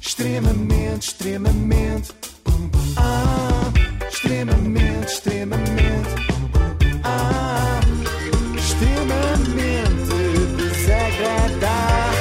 Extremamente, extremamente. Ah, extremamente, extremamente. Ah, extremamente desagradável.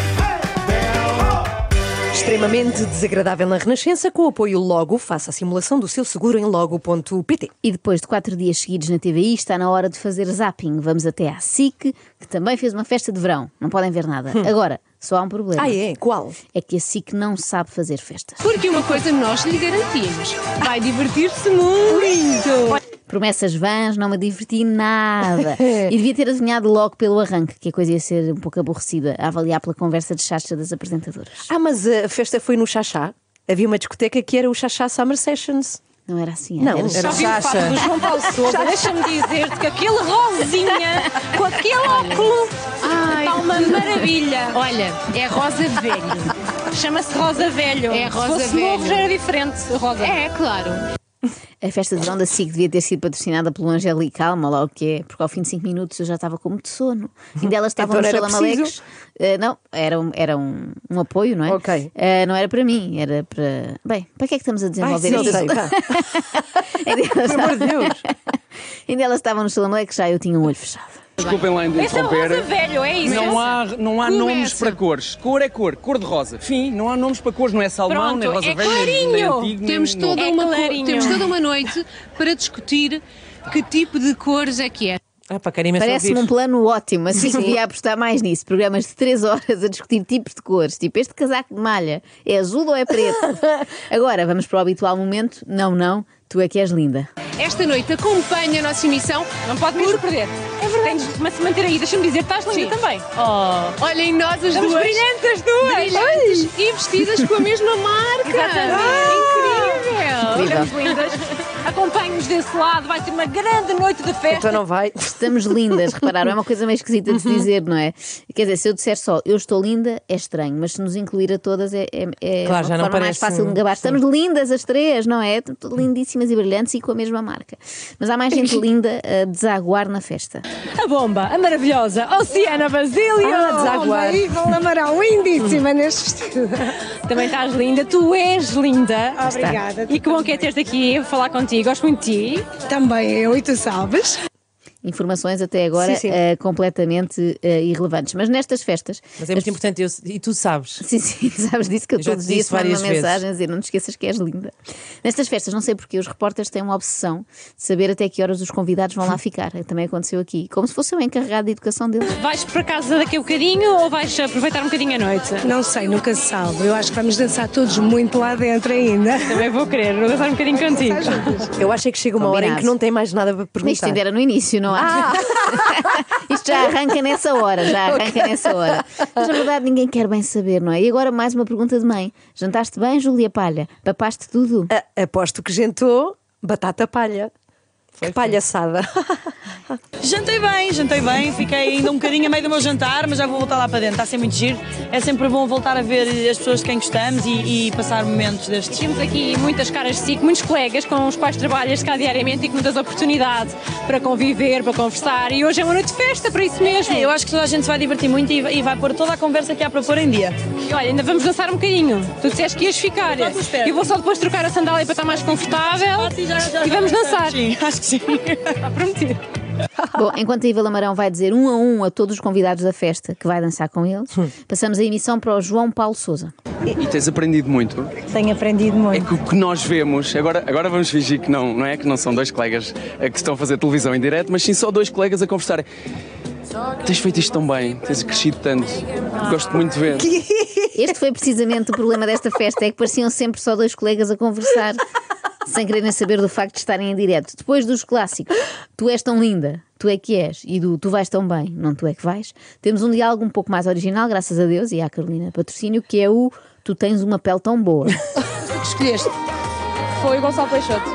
Extremamente desagradável na Renascença, com o apoio Logo, faça a simulação do seu seguro em logo.pt. E depois de quatro dias seguidos na TVI, está na hora de fazer zapping. Vamos até à SIC, que também fez uma festa de verão. Não podem ver nada. Agora, só há um problema. Ah, é? Qual? É que a SIC não sabe fazer festas. Porque uma coisa nós lhe garantimos: vai divertir-se muito! Promessas vãs, não me diverti nada. e devia ter adivinhado logo pelo arranque, que a coisa ia ser um pouco aborrecida, a avaliar pela conversa de chacha das apresentadoras. Ah, mas a festa foi no Xaxá. Havia uma discoteca que era o Xaxá Summer Sessions. Não era assim, Não, era era- Já viu o fato Chacha. do João Paulo Souza? Deixa-me dizer-te que aquele rosinha, com aquele óculo, está uma maravilha. Olha, é rosa velho. Chama-se Rosa Velho. É Rosa Se fosse Velho. novo já era diferente, Rosa. É, claro. A festa de verão da SIC devia ter sido patrocinada pelo Angélica Calma, logo que é, porque ao fim de 5 minutos eu já estava com muito sono. E delas estavam Então nos não era salamaleques. Eh, não, era, um, era um, um apoio, não é? Ok. Eh, não era para mim, era para. Bem, para que é que estamos a desenvolver não este sei. assunto? vá. Ainda elas- Pelo amor de Deus. Ainda elas estavam nos salamaleques, já eu tinha um olho fechado. Desculpem lá Esse é o Rosa é interromper. Velho, é isso. Não há, não há Começa. nomes para cores. Cor é cor, cor de rosa. Fim, não há nomes para cores, não é salmão, Pronto, nem rosa é velha, nem- nem clarinho. antigo, nem Temos novo. toda, É uma, co- clarinho. temos toda uma noite para discutir que tipo de cores é que é. Ah, pá, quero imenso Parece-me ouvir. um plano ótimo, assim devia apostar mais nisso. Programas de 3 horas a discutir tipos de cores, tipo este casaco de malha, é azul ou é preto? Agora vamos para o habitual momento. Não, não, tu é que és linda. Esta noite acompanha a nossa emissão. Não pode mesmo perder. É verdade. Tens de se manter aí. Deixa-me dizer, estás linda também. Olhem nós as Estamos duas. brilhantes as duas. brilhantes e vestidas com a mesma marca. Incrível. Incrível. Estamos lindas. Acompanhe-nos desse lado. Vai ter uma grande noite de festa. Então não vai. Estamos lindas, repararam? É uma coisa meio esquisita Uhum. de se dizer, não é? Quer dizer, se eu disser só eu estou linda, é estranho, mas se nos incluir a todas é, é, é Claro, uma já não forma mais parece fácil de me gabar. Estamos lindas as três, não é? Lindíssimas e brilhantes e com a mesma marca. Mas há mais gente linda a desaguar na festa. A bomba, a maravilhosa Oceana Basílio. Ah, desaguar. Amarão, lindíssima neste vestido. Também estás linda, tu és linda. Obrigada. E que bom que é ter-te aqui a falar contigo. Gosto muito de ti. Também eu e tu sabes. Informações até agora Sim, sim. eh, completamente eh, irrelevantes. Mas nestas festas. Mas é muito importante, eu- e tu sabes. Sim, sim, sabes disso que eu Eu já todos os te dias disse mando uma várias vezes. mensagem a dizer não te esqueças que és linda. Nestas festas, não sei porque, os repórteres têm uma obsessão de saber até que horas os convidados vão lá ficar. Também aconteceu aqui. Como se fosse eu encarregado da educação deles. Vais para casa daqui a bocadinho ou vais aproveitar um bocadinho a noite? Não sei, nunca se sabe. Eu acho que vamos dançar todos muito lá dentro ainda. Também vou querer, vou dançar um bocadinho contigo. Eu acho é que chega uma hora em que Combinado. não tem mais nada para Mas isto perguntar. ainda era no início, não Ah! há? Isto já arranca nessa hora, já arranca nessa hora. Mas na verdade ninguém quer bem saber, não é? E agora mais uma pergunta de mãe: jantaste bem, Júlia Palha? Papaste tudo? A- aposto que gentou batata palha. que palhaçada. Jantei bem, jantei bem, fiquei ainda um bocadinho a meio do meu jantar, mas já vou voltar lá para dentro, está a ser muito giro. É sempre bom voltar a ver as pessoas de quem gostamos e, e passar momentos destes. Temos aqui muitas caras de SIC, muitos colegas com os quais trabalhas cá diariamente e que nos das oportunidade para conviver, para conversar. E hoje é uma noite de festa, para isso mesmo. É, Eu acho que toda a gente se vai divertir muito e, vai- e vai pôr toda a conversa que há para pôr em dia. E olha, ainda vamos dançar um bocadinho. Tu disseste que ias ficar. Eu faço espera. Eu vou só depois trocar a sandália para estar mais confortável. Ah, e vamos dançar. Sim, acho que sim. Está prometido. Bom, enquanto a Iva Lamarão vai dizer um a um a todos os convidados da festa que vai dançar com eles, Hum. passamos a emissão para o João Paulo Souza. E tens aprendido muito. Tenho aprendido É muito. que o que nós vemos, agora, agora vamos fingir que não, não é que não são dois colegas eh, que estão a fazer televisão em direto, mas sim só dois colegas a conversarem. Tens feito isto tão bem, tens crescido tanto, gosto muito de ver. Este foi precisamente o problema desta festa, é que pareciam sempre só dois colegas a conversar, sem quererem saber do facto de estarem em direto. Depois dos clássicos, tu és tão linda, tu é que és, e do tu vais tão bem, não tu é que vais, temos um diálogo um pouco mais original, graças a Deus e à Carolina Patrocínio, que é o tu tens uma pele tão boa. escolheste? Foi o Gonçalo Peixoto.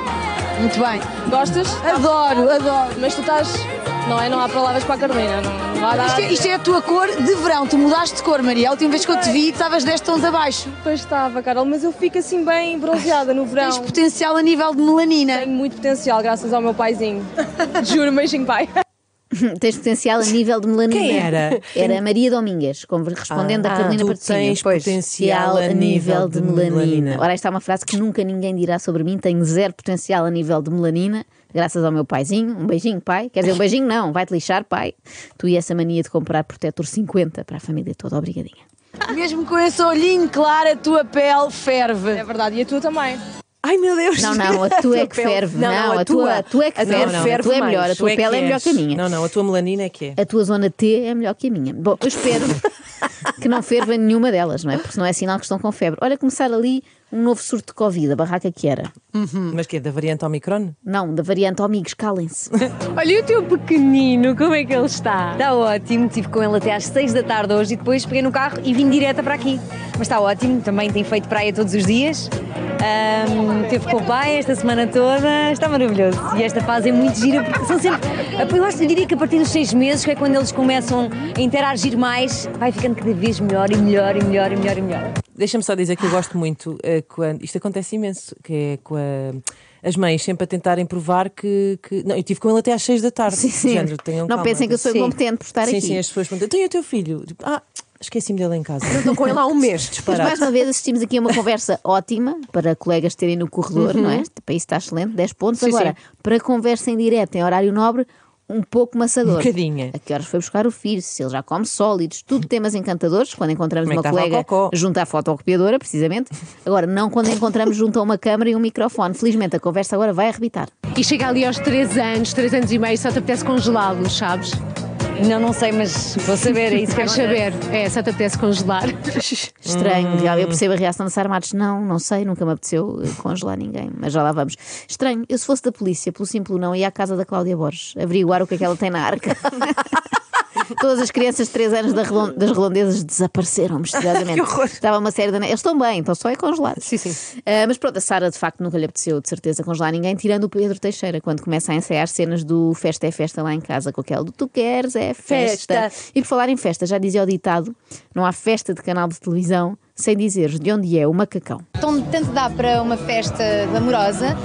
Muito bem. Gostas? Adoro, adoro. Mas tu estás. Não é? Não há palavras para a Carolina. Não, não há nada. Isto é, isto é a tua cor de verão. Tu mudaste de cor, Maria. A última vez que eu te vi, estavas 10 tons abaixo. Pois estava, Carol, mas eu fico assim bem bronzeada no verão. Tens potencial a nível de melanina. Tenho muito potencial, graças ao meu paizinho. Juro, beijinho, pai. Tens potencial a nível de melanina. Quem era? Era a Maria Domingas, como respondendo Ah, a Carolina tu Patrocínio. tens potencial a nível de melanina. Ora, esta é uma frase que nunca ninguém dirá sobre mim. Tenho zero potencial a nível de melanina, graças ao meu paizinho. Um beijinho, pai. Quer dizer, um beijinho não, vai-te lixar, pai. Tu e essa mania de comprar protetor 50 para a família toda. Obrigadinha. Mesmo com esse olhinho claro, a tua pele ferve. É verdade, e a tua também. Ai meu Deus! Não, não, a tua é que ferve. Não, a tua, a tua é que Não, ferve. não, A tua é mais. melhor, a Tu tua pele é melhor és. que a minha. Não, não, a tua melanina é que é. A tua zona T é melhor que a minha. Bom, eu espero que não ferva nenhuma delas, não é? Porque não é sinal que estão com febre. Olha, começar ali um novo surto de Covid, a barraca que era. Mas que é da variante Omicron? Não, da variante amigos, calem-se. Olha, e o teu pequenino, como é que ele está? Está ótimo, estive com ele até às 6 da tarde hoje e depois peguei no carro e vim direta para aqui. Mas está ótimo, também tem feito praia todos os dias. Ahm, teve com o pai esta semana toda, está maravilhoso. E esta fase é muito gira, porque são sempre. Eu acho que diria que a partir dos 6 meses, que é quando eles começam a interagir mais, vai ficando cada vez melhor e melhor e melhor e melhor e melhor. Deixa-me só dizer que eu gosto muito eh, quando. Isto acontece imenso, que é com a- as mães sempre a tentarem provar que. que- Não, eu estive com ele até às 6 da tarde. Sim, sim. De género, tenham Não calma. pensem que eu sou Sim. incompetente por estar sim, aqui. Sim, é as pessoas perguntam: tem o teu filho? Tipo, ah, esqueci-me dele em casa. estou com ele há um mês. Mas mais uma vez assistimos aqui a uma conversa ótima para colegas terem no corredor, Uhum. não é? Para isso está excelente, 10 pontos. Sim, Agora, sim. para conversa em direto, em horário nobre, um pouco maçador. Um bocadinho. A que horas foi buscar o filho, se ele já come sólidos, tudo temas encantadores, quando encontramos Como é uma que estava colega o cocó? junto à fotocopiadora, precisamente. Agora, não quando encontramos junto a uma câmara e um microfone. Felizmente, a conversa agora vai arrebitar. E chega ali aos 3 anos, 3 anos e meio, só te apetece congelá-los, sabes? Não, não sei, mas vou saber, é isso que Quero quero saber. É, só te apetece congelar. Estranho, real. eu percebo a reação de Sarmatos. Não, não sei, nunca me apeteceu eh, congelar ninguém, mas já lá vamos. Estranho, eu se fosse da polícia, pelo simples não, ia à casa da Cláudia Borges averiguar o que é que ela tem na arca. Todas as crianças de 3 anos da redon- das redondezas desapareceram misteriosamente. Que horror. Estava uma série de. Eles estão bem, estão só é congelados. Sim, sim. mas pronto, a Sara de facto nunca lhe apeteceu, de certeza, congelar ninguém, tirando o Pedro Teixeira, quando começa a ensaiar cenas do Festa é Festa lá em casa, com aquele do Tu Queres é Festa. E por falar em festa, já dizia o ditado: não há festa de canal de televisão sem dizeres de onde é o macacão. Então, tanto dá para uma festa glamourosa,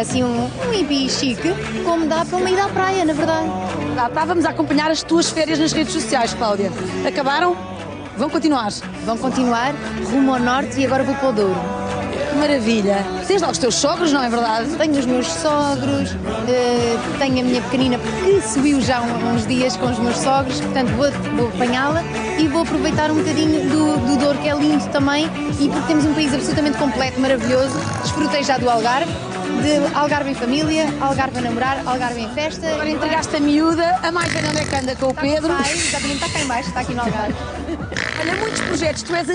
assim, um, um hippie chique, como dá para uma ida à praia, na verdade. Estávamos a acompanhar as tuas férias nas redes sociais, Cláudia. Acabaram? Vão continuar? Vão continuar rumo ao norte e agora vou para o Douro. Maravilha. Tens lá os teus sogros, não é verdade? Tenho os meus sogros, eh, tenho a minha pequenina que subiu já um- uns dias com os meus sogros, portanto vou, vou apanhá-la e vou aproveitar um bocadinho do, do Douro, que é lindo também, e porque temos um país absolutamente completo, maravilhoso. Desfrutei já do Algarve, de Algarve em família, Algarve a namorar, Algarve em festa. Agora entregaste a miúda, a mais velha onde é que anda com o Está com o Pedro. pai, exatamente, está cá em baixo, está aqui no Algarve. Olha, muitos projetos, tu és a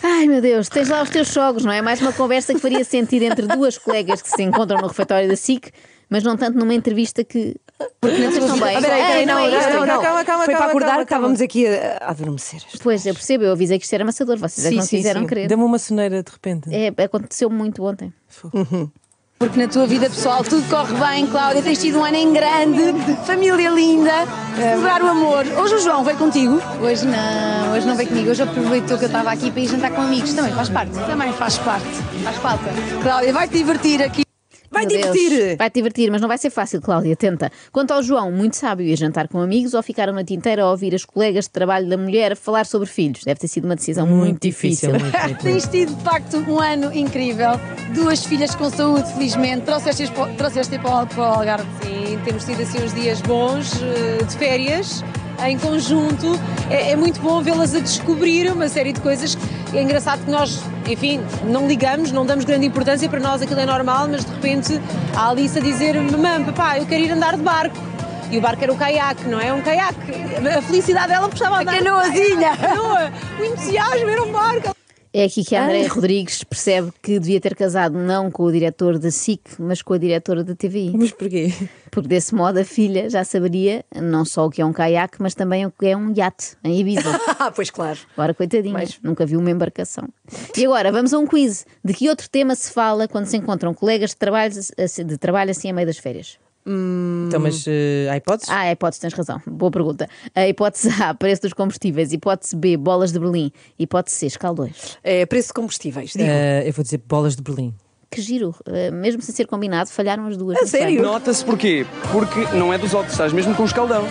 Ai meu Deus, tens lá os teus jogos, não é? Mais uma conversa que faria sentido entre duas colegas que se encontram no refeitório da SIC, mas não tanto numa entrevista que. Porque não estão bem. Espera aí, espera Ai, aí, Ah, não, é isto. não, não, calma, calma, Foi para calma, acordar calma, que estávamos aqui a, a adormecer. Pois, eu percebo, eu avisei que isto era amassador, vocês é que não quiseram querer. Dá-me uma soneira de repente. É, aconteceu muito ontem. Porque na tua vida pessoal tudo corre bem, Cláudia. Tens tido um ano em grande, família linda, celebrar o amor. Hoje o João veio contigo. É. Hoje não, hoje não veio comigo. Hoje aproveitou que eu estava aqui para ir jantar com amigos. Também faz parte. Também faz parte. Faz falta. Cláudia, vai-te divertir aqui. Vai divertir! Vai divertir, mas não vai ser fácil, Cláudia, tenta. Quanto ao João, muito sábio, ir jantar com amigos ou ficar a noite inteira a ouvir as colegas de trabalho da mulher falar sobre filhos. Deve ter sido uma decisão muito, difícil. Tens tido, de facto, um ano incrível. Duas filhas com saúde, felizmente. Trouxeste para, trouxeste para, o- para o Algarve. Sim, temos tido assim uns dias bons eh, de férias em conjunto. É, é muito bom vê-las a descobrir uma série de coisas. É engraçado que nós, enfim, não ligamos, não damos grande importância para nós, aquilo é normal, mas de repente há a Alice a dizer: Mamãe, papá, eu quero ir andar de barco. E o barco era um caiaque, não é? Um caiaque. A felicidade dela porque estava a andar. A canoazinha! canoa! O entusiasmo era um barco. É aqui que a André Ah. Rodrigues percebe que devia ter casado não com o diretor da SIC, mas com a diretora da TVI. Mas porquê? Porque desse modo a filha já saberia não só o que é um caiaque, mas também o que é um iate em Ibiza. Ah, pois claro. Agora, coitadinha, nunca viu uma embarcação. E agora, vamos a um quiz. De que outro tema se fala quando se encontram colegas de trabalho, de trabalho assim a meio das férias? Então, mas eh, há hipóteses? Ah, hipótese, tens razão. Boa pergunta. A hipótese A, preço dos combustíveis. Hipótese B, bolas de Berlim. Hipótese C, escaldões. É, preço de combustíveis, digo. Eh, eu vou dizer bolas de Berlim. que giro, eh, mesmo sem ser combinado, falharam as duas. não sei. Nota-se porquê? Porque não é dos outros, estás mesmo com um escaldão.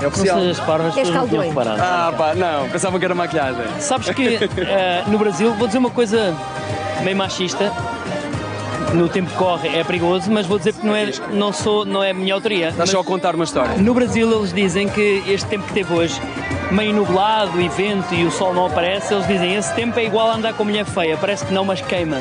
É oficial. sejas parva, as És pessoas não tinham caldroeiro. reparado. Ah, pá, não, pensava que era maquilhagem. Sabes que eh, no Brasil, vou dizer uma coisa meio machista, no tempo que corre é perigoso, mas vou dizer que não é, não sou, não é a minha autoria. Estás Tá só a contar uma história. No Brasil eles dizem que este tempo que teve hoje, meio nublado e vento e o sol não aparece, eles dizem esse tempo é igual a andar com mulher feia, parece que não, mas queima.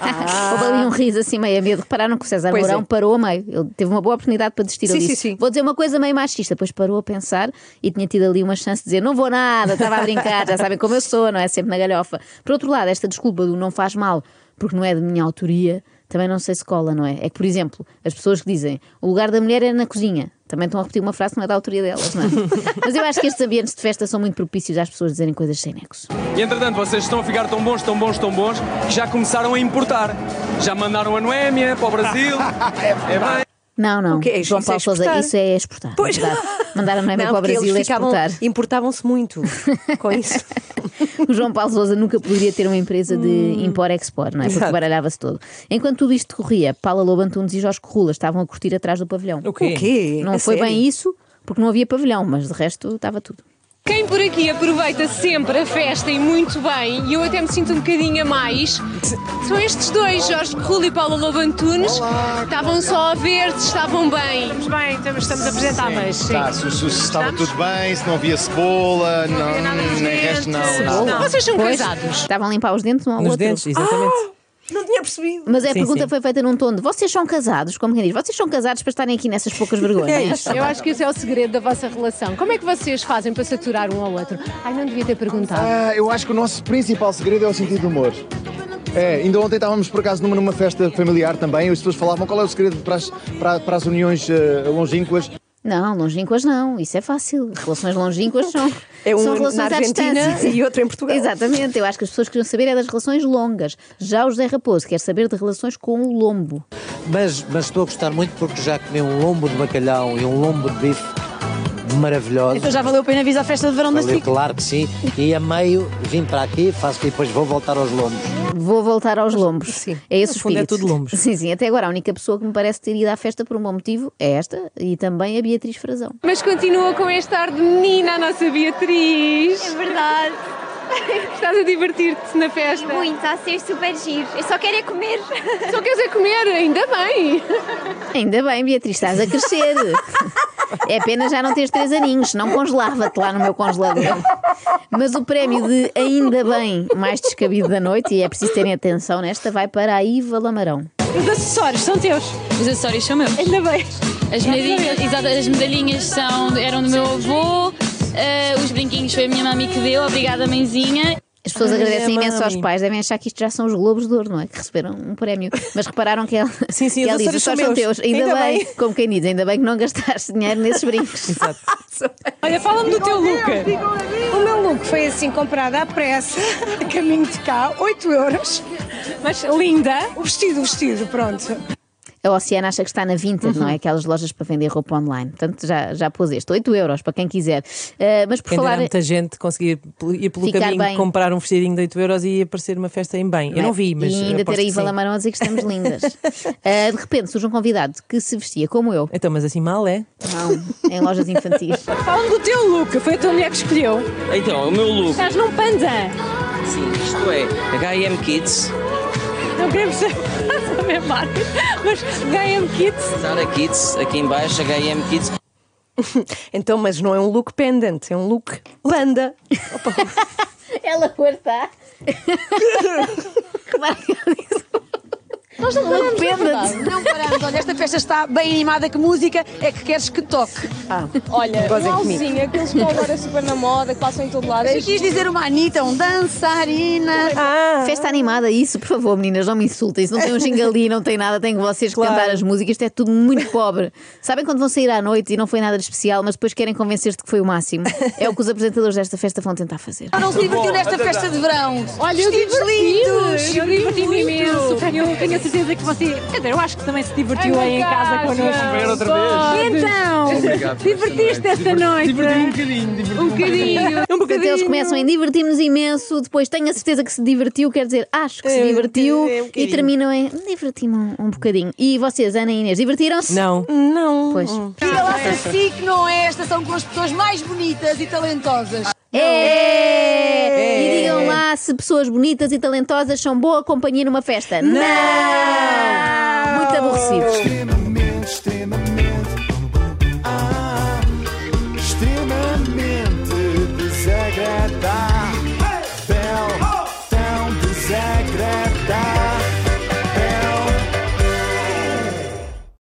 Ah. Houve ali um riso assim meio a medo. Repararam que o César Pois Mourão é. parou a meio. Ele teve uma boa oportunidade para desistir. Ele Sim, sim, disse, Vou dizer uma coisa meio machista. Depois parou a pensar e tinha tido ali uma chance de dizer: Não vou nada, estava a brincar, já sabem como eu sou, não é? Sempre na galhofa. Por outro lado, esta desculpa do não faz mal porque não é de minha autoria também não sei se cola, não é? É que, por exemplo, as pessoas que dizem o lugar da mulher é na cozinha. Também estão a repetir uma frase que não é da autoria delas, não é? Mas eu acho que estes ambientes de festa são muito propícios às pessoas dizerem coisas sem nexo. E entretanto, vocês estão a ficar tão bons, tão bons, tão bons, que já começaram a importar. Já mandaram a Noémia para o Brasil. é bem. Não, não. O que é isso? João Isso é Paulo Sousa, exportar. isso é exportar. Pois. Mandaram não é Não, para o porque Brasil eles é ficavam- exportar. Importavam-se muito com isso. o João Paulo Sousa nunca poderia ter uma empresa de impor-export, não é? Porque Hum. Exato. baralhava-se todo. Enquanto tudo isto corria, Paula Lobo Antunes e Jorge Corrula estavam a curtir atrás do pavilhão. O quê? O quê? Não A foi sério? bem isso, porque não havia pavilhão, mas de resto estava tudo. Quem por aqui aproveita sempre a festa e muito bem, e eu até me sinto um bocadinho a mais, são estes dois, Jorge Corrulho e Paula Lobo Antunes. Estavam só a ver se estavam bem. Estamos bem, estamos, estamos Sim, Tá, se, se- se estava tudo bem, se não havia cebola, não, nem resto, não. nada. Pois, Estavam a limpar os dentes um ao Nos outro. Ah, dentes, exatamente. Não tinha percebido. Mas a Sim, pergunta sim. foi feita num tom de vocês são casados, como quem diz, vocês são casados para estarem aqui nessas poucas vergonhas. Eu acho que esse é o segredo da vossa relação. Como é que vocês fazem para saturar um ao outro? Ai, não devia ter perguntado. Ah, eu acho que o nosso principal segredo é o sentido do humor. É, ainda ontem estávamos por acaso numa, numa festa familiar também, e as pessoas falavam qual é o segredo para as, para, para as uniões eh, longínquas. Não, longínquas não, isso é fácil. Relações longínquas são, É um são relações na à Argentina é distância. e outro em Portugal. Exatamente, eu acho que as pessoas queriam saber é das relações longas. Já o José Raposo quer saber de relações com o lombo. Mas, mas estou a gostar muito porque já comi um lombo de bacalhau e um lombo de bife maravilhoso. Então já valeu a pena vir à festa de verão da Valeu, SIC. claro que sim. E a meio vim para aqui, faço e depois vou voltar aos lombos. Vou voltar aos lombos. Sim. É esse No o fundo é espírito. tudo lombos. Sim, sim. Até agora a única pessoa que me parece ter ido à festa por um bom motivo é esta e também a Beatriz Frazão. Mas continua com este ar de menina a nossa Beatriz. É verdade. Estás a divertir-te na festa? Muito, está a ser super giro. Eu só quero é comer. Só queres é comer, ainda bem. Ainda bem, Beatriz, estás a crescer. É pena já não teres três aninhos, não congelava-te lá no meu congelador. Mas o prémio de ainda bem mais descabido da noite, e é preciso terem atenção nesta, vai para a Iva Lamarão. Os acessórios são teus. Os acessórios são meus. Ainda bem. As medalhinhas, exato, as medalhinhas são, eram do meu avô, eh, os brinquinhos foi a minha mami que deu, obrigada, mãezinha. As pessoas agradecem imenso aos pais, devem achar que isto já são os Globos de Ouro, não é? Que receberam um prémio. Mas repararam que ela, sim, sim, que os ela diz: Açores "Os são são meus." teus. Ainda, Ainda bem, bem. como quem diz, ainda bem que não gastaste dinheiro nesses brincos. Exato. Olha, fala-me do teu look. Ah, O meu look foi assim comprado à pressa, a caminho de cá, 8 euros. Mas linda. O vestido, o vestido, pronto. A Oceana acha que está na Vinted, Uhum. não é? Aquelas lojas para vender roupa online. Portanto, já, já pôs este. 8 euros para quem quiser. Ah, mas por Ainda falar. há muita gente conseguir pel- ir pelo Ficar caminho, bem. é? comprar um vestidinho de 8 euros e aparecer uma festa em bem. Eu não vi, mas. E ainda aposto ter a que Iva sim. Lamarão a dizer que estamos lindas. Ah, de repente surge um convidado que se vestia como eu. Então, mas assim mal é? Não, em lojas infantis. Fala-me do teu look, foi a tua mulher que escolheu. Então, o meu look, Estás num panda. sim, isto é H&M Kids, Não queremos saber marca, mas ganha-me kits. Zara Kids, aqui em baixo, H&M Kids. Então, mas não é um look pendant, é um look panda. Ela corta. Nós não paramos, Depende. na verdade. Não paramos. Olha, esta festa está bem animada. Que música é que queres que toque? Ah, Olha, Gozem uma comigo. alcinha, aqueles que estão agora super na moda, que passam em todo lado. Eu quis dizer uma Anitta, um dançarina. Festa animada, isso, por favor, meninas, não me insultem. Isso não tem um xingali, não tem nada, tem que vocês que cantar as músicas. Isto é tudo muito pobre. Sabem quando vão sair à noite e não foi nada de especial, mas depois querem convencer-te que foi o máximo? É o que os apresentadores desta festa vão tentar fazer. Um Não se divertiu nesta festa de verão. Olha, eu Vestidos lindos. diverti-me, eu diverti-me Muito. imenso. Eu tenho a certeza que você. Quer dizer, eu acho que também se divertiu Ai, aí em É casa Macasha. connosco. Ver outra vez. Então, Obrigado, divertiste esta noite? diverti-me um bocadinho, diverti-me Um um bocadinho. bocadinho. Um Portanto, eles começam em divertimos imenso, depois tenho a certeza que se divertiu, quer dizer, acho que se É, um divertiu, bocadinho, é um e bocadinho. terminam em diverti-me um, um bocadinho. E vocês, Ana e Inês, divertiram-se? Não. Não. Pois. Diga lá se a SIC não é a estação com as pessoas mais bonitas e talentosas. É! E digam lá se pessoas bonitas e talentosas são boa companhia numa festa. Não! Muito aborrecidos.